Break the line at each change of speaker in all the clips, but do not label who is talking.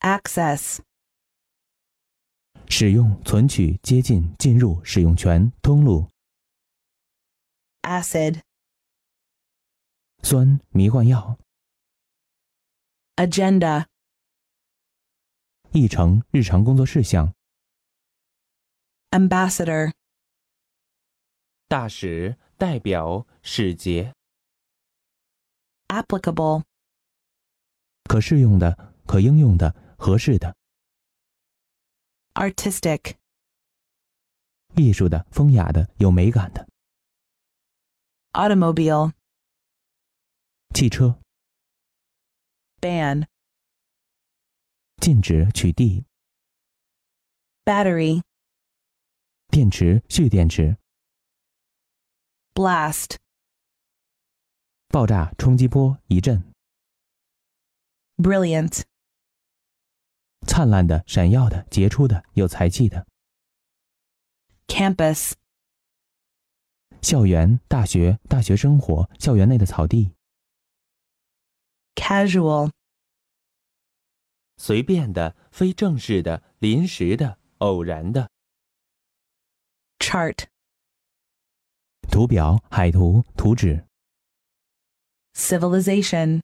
access,
使用、存取、接近、进入、使用权、通路、
acid,
酸、迷幻药、
agenda,
议程、日常工作事项、
ambassador,
大使、代表、使节、
applicable,
可适用的、可应用的、合适的、
artistic,
艺术的、风雅的、有美感的、
automobile,
汽车、
ban,
禁止、取缔、
battery,
电池、蓄电池、
blast,
爆炸、冲击波、一阵、
brilliant,
灿烂的、闪耀的、杰出的、有才气的、
campus,
校园、大学、大学生活、校园内的草地、
casual,
随便的、非正式的、临时的、偶然的、
chart,
图表、海图、图纸、
civilization,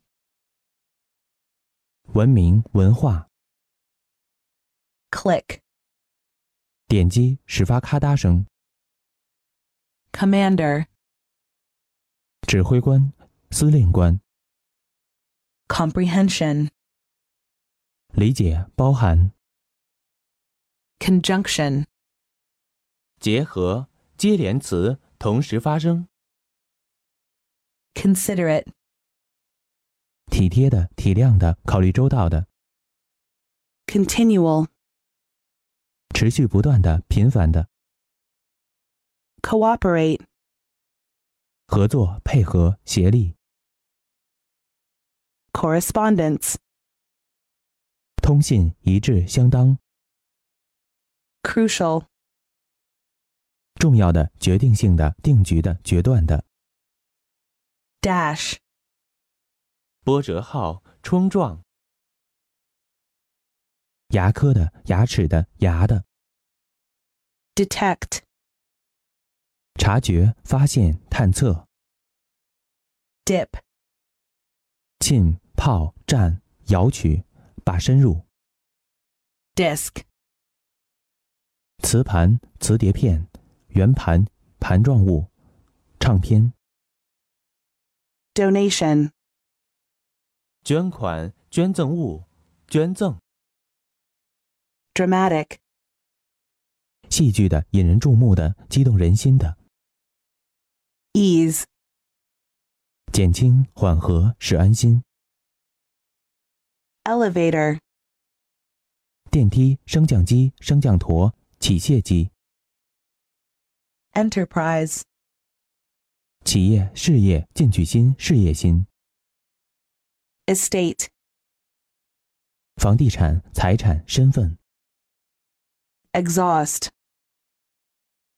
文明、文化、
click,
点击、始发咔嗒声、
commander,
指挥官、司令官、
comprehension,
理解、包含、
conjunction,
结合、接连词同时发生、
considerate,
体贴的、体谅的、考虑周到的、
continual,
持续不断的、频繁的、
cooperate,
合作、配合、协力、
correspondence,
通信、一致、相当、
crucial,
重要的、决定性的、定局的、决断的、
dash,
波折号、冲撞、
牙科的、牙齿的、牙的、
detect,
察觉、发现、探测、
dip,
浸泡、蘸、摇取、把深入、
disc,
磁盘、磁碟片、圆盘、盘状物、唱片、
donation,
捐款、捐赠物、捐赠、
dramatic,
戏剧的、引人注目的、激动人心的、
ease,
减轻、缓和、使安心、
elevator,
电梯、升降机、升降陀、起卸机、
enterprise,
企业、事业、进取心、事业心、
estate,
房地产、财产、身份、
exhaust,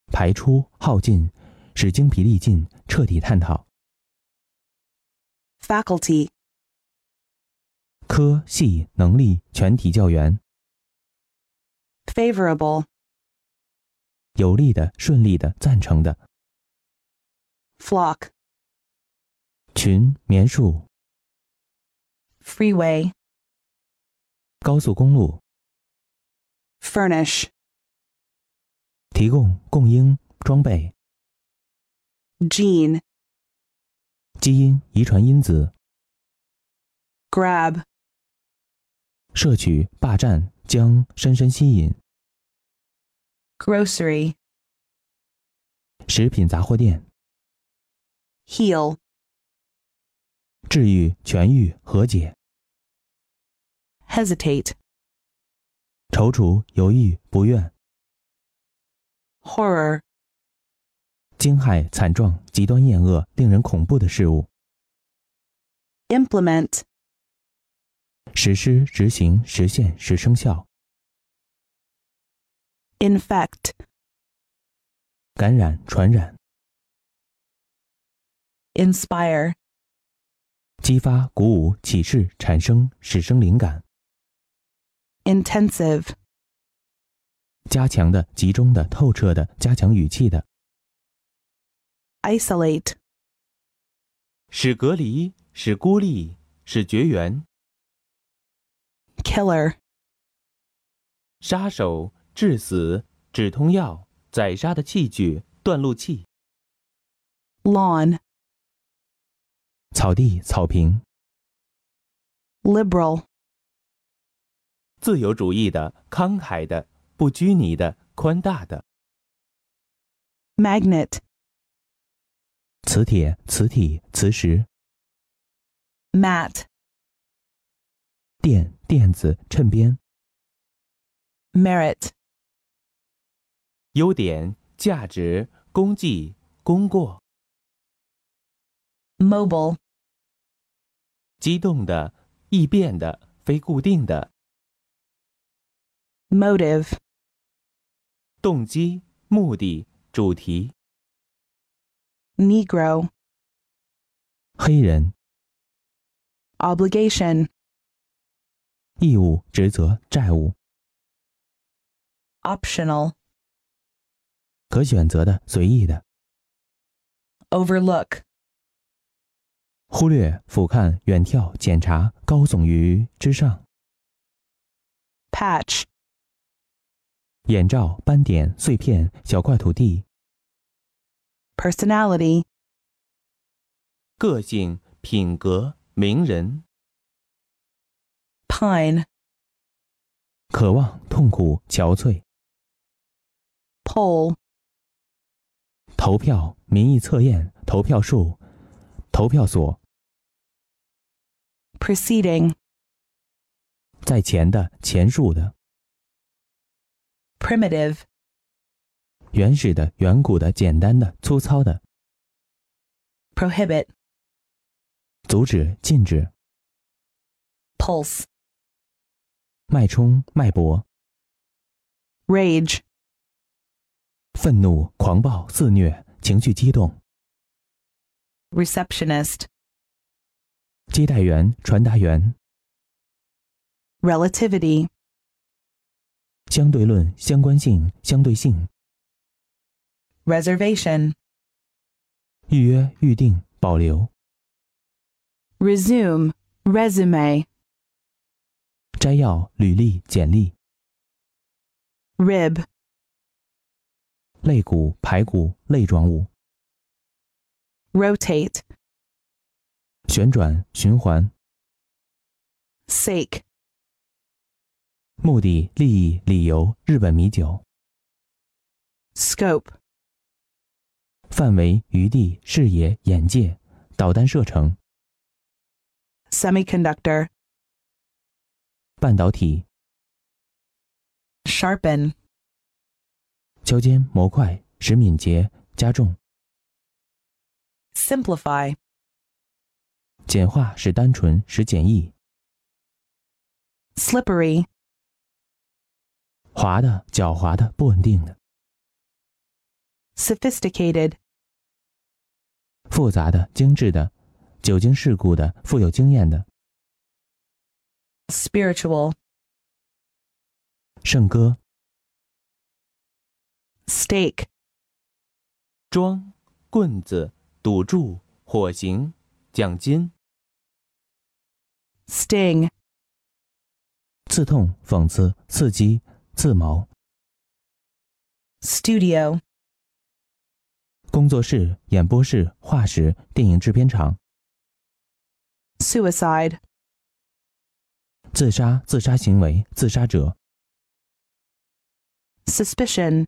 排出、耗尽、使精疲力尽、彻底探讨、
faculty,
科系能力、全体教员、
favorable,
有利的、顺利的、赞成的、
flock,
群、棉树、
freeway,
高速公路、
furnish,
提供、供应、装备、
gene,
基因、遗传因子、
grab,
摄取、霸占、将深深吸引、
grocery,
食品杂货店、
heal,
治愈、痊愈、和解、
hesitate,
踌躇、犹豫、不愿、
horror,
惊骇、惨状、极端厌恶、令人恐怖的事物、
implement,
实施、执行、实现、使生效、
infect,
感染、传染、
inspire,
激发、鼓舞、启示、产生、使生灵感、
intensive,
加强的、集中的、透彻的、加强语气的。
isolate,
使隔离，使孤立，使绝缘。
killer,
杀手，致死，止痛药，宰杀的器具，断路器。
lawn,
草地、草坪，
liberal,
自由主义的，慷慨的，不拘泥的，宽大的。
magnet,
磁铁、磁体、磁石、
mat,
电、垫子、衬边、
merit,
优点、价值、功绩、功过。
mobile,
机动的、易变的、非固定的。
motive,
动机、目的、主题。
negro,
黑人、
obligation,
义务、职责、债务、
optional,
可选择的、随意的、
overlook,
忽略、俯瞰、远眺、检查、高耸于之上、
patch,
眼罩、斑点、碎片、小块土地、
personality,
个性、品格、名人、
pine,
渴望、痛苦、憔悴、
poll,
投票、民意测验、投票数、投票所、
preceding,
在前的、前述的、
primitive,
原始的、远古的、简单的、粗糙的、
prohibit,
阻止、禁止、
pulse,
脉冲、脉搏、
rage,
愤怒、狂暴、肆虐、情绪激动、
receptionist,
接待员、传达员、
relativity,
相对论、相关性、相对性、
reservation,
预约、预定、保留、
resume, resume,
摘要、履历、简历、
rib,
肋骨、排骨、类状物、
rotate,
旋转、循环、
sake,
目的、利益、理由、日本米酒。
scope,
范围、余地、视野、眼界、导弹射程、
semiconductor,
半导体、
sharpen,
削尖、模块、使敏捷、加重、
simplify,
简化、使单纯、使简易、
slippery,
滑的、狡猾的、不稳定的、
sophisticated,
复杂的、精致的、久经世故的、富有经验的、
spiritual,
圣歌、
stake,
桩、棍子、赌注、火刑、奖金、
sting,
刺痛、讽刺、刺激、自毛、
studio,
工作室、演播室、画室、电影制片厂、
suicide,
自杀、自杀行为、自杀者、
suspicion,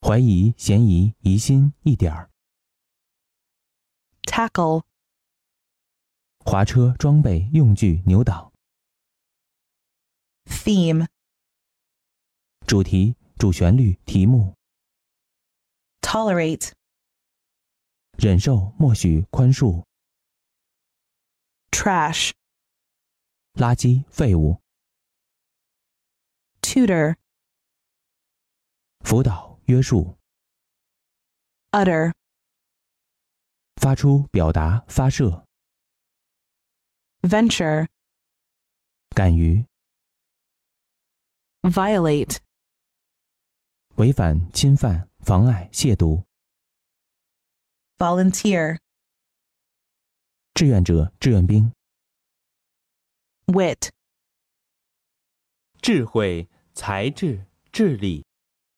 怀疑、嫌疑、疑心、一点儿。
tackle,
滑车、装备、用具、扭倒、
theme,
主题、主旋律、题目、
tolerate,
忍受、默许、宽恕、
trash,
垃圾、废物、
tutor,
辅导、约束、
utter,
发出、表达、发射、
venture,
敢于、
violate,
违反、侵犯、妨碍、亵渎。
volunteer,
志愿者、志愿兵。
wit.
智慧、才智、智力。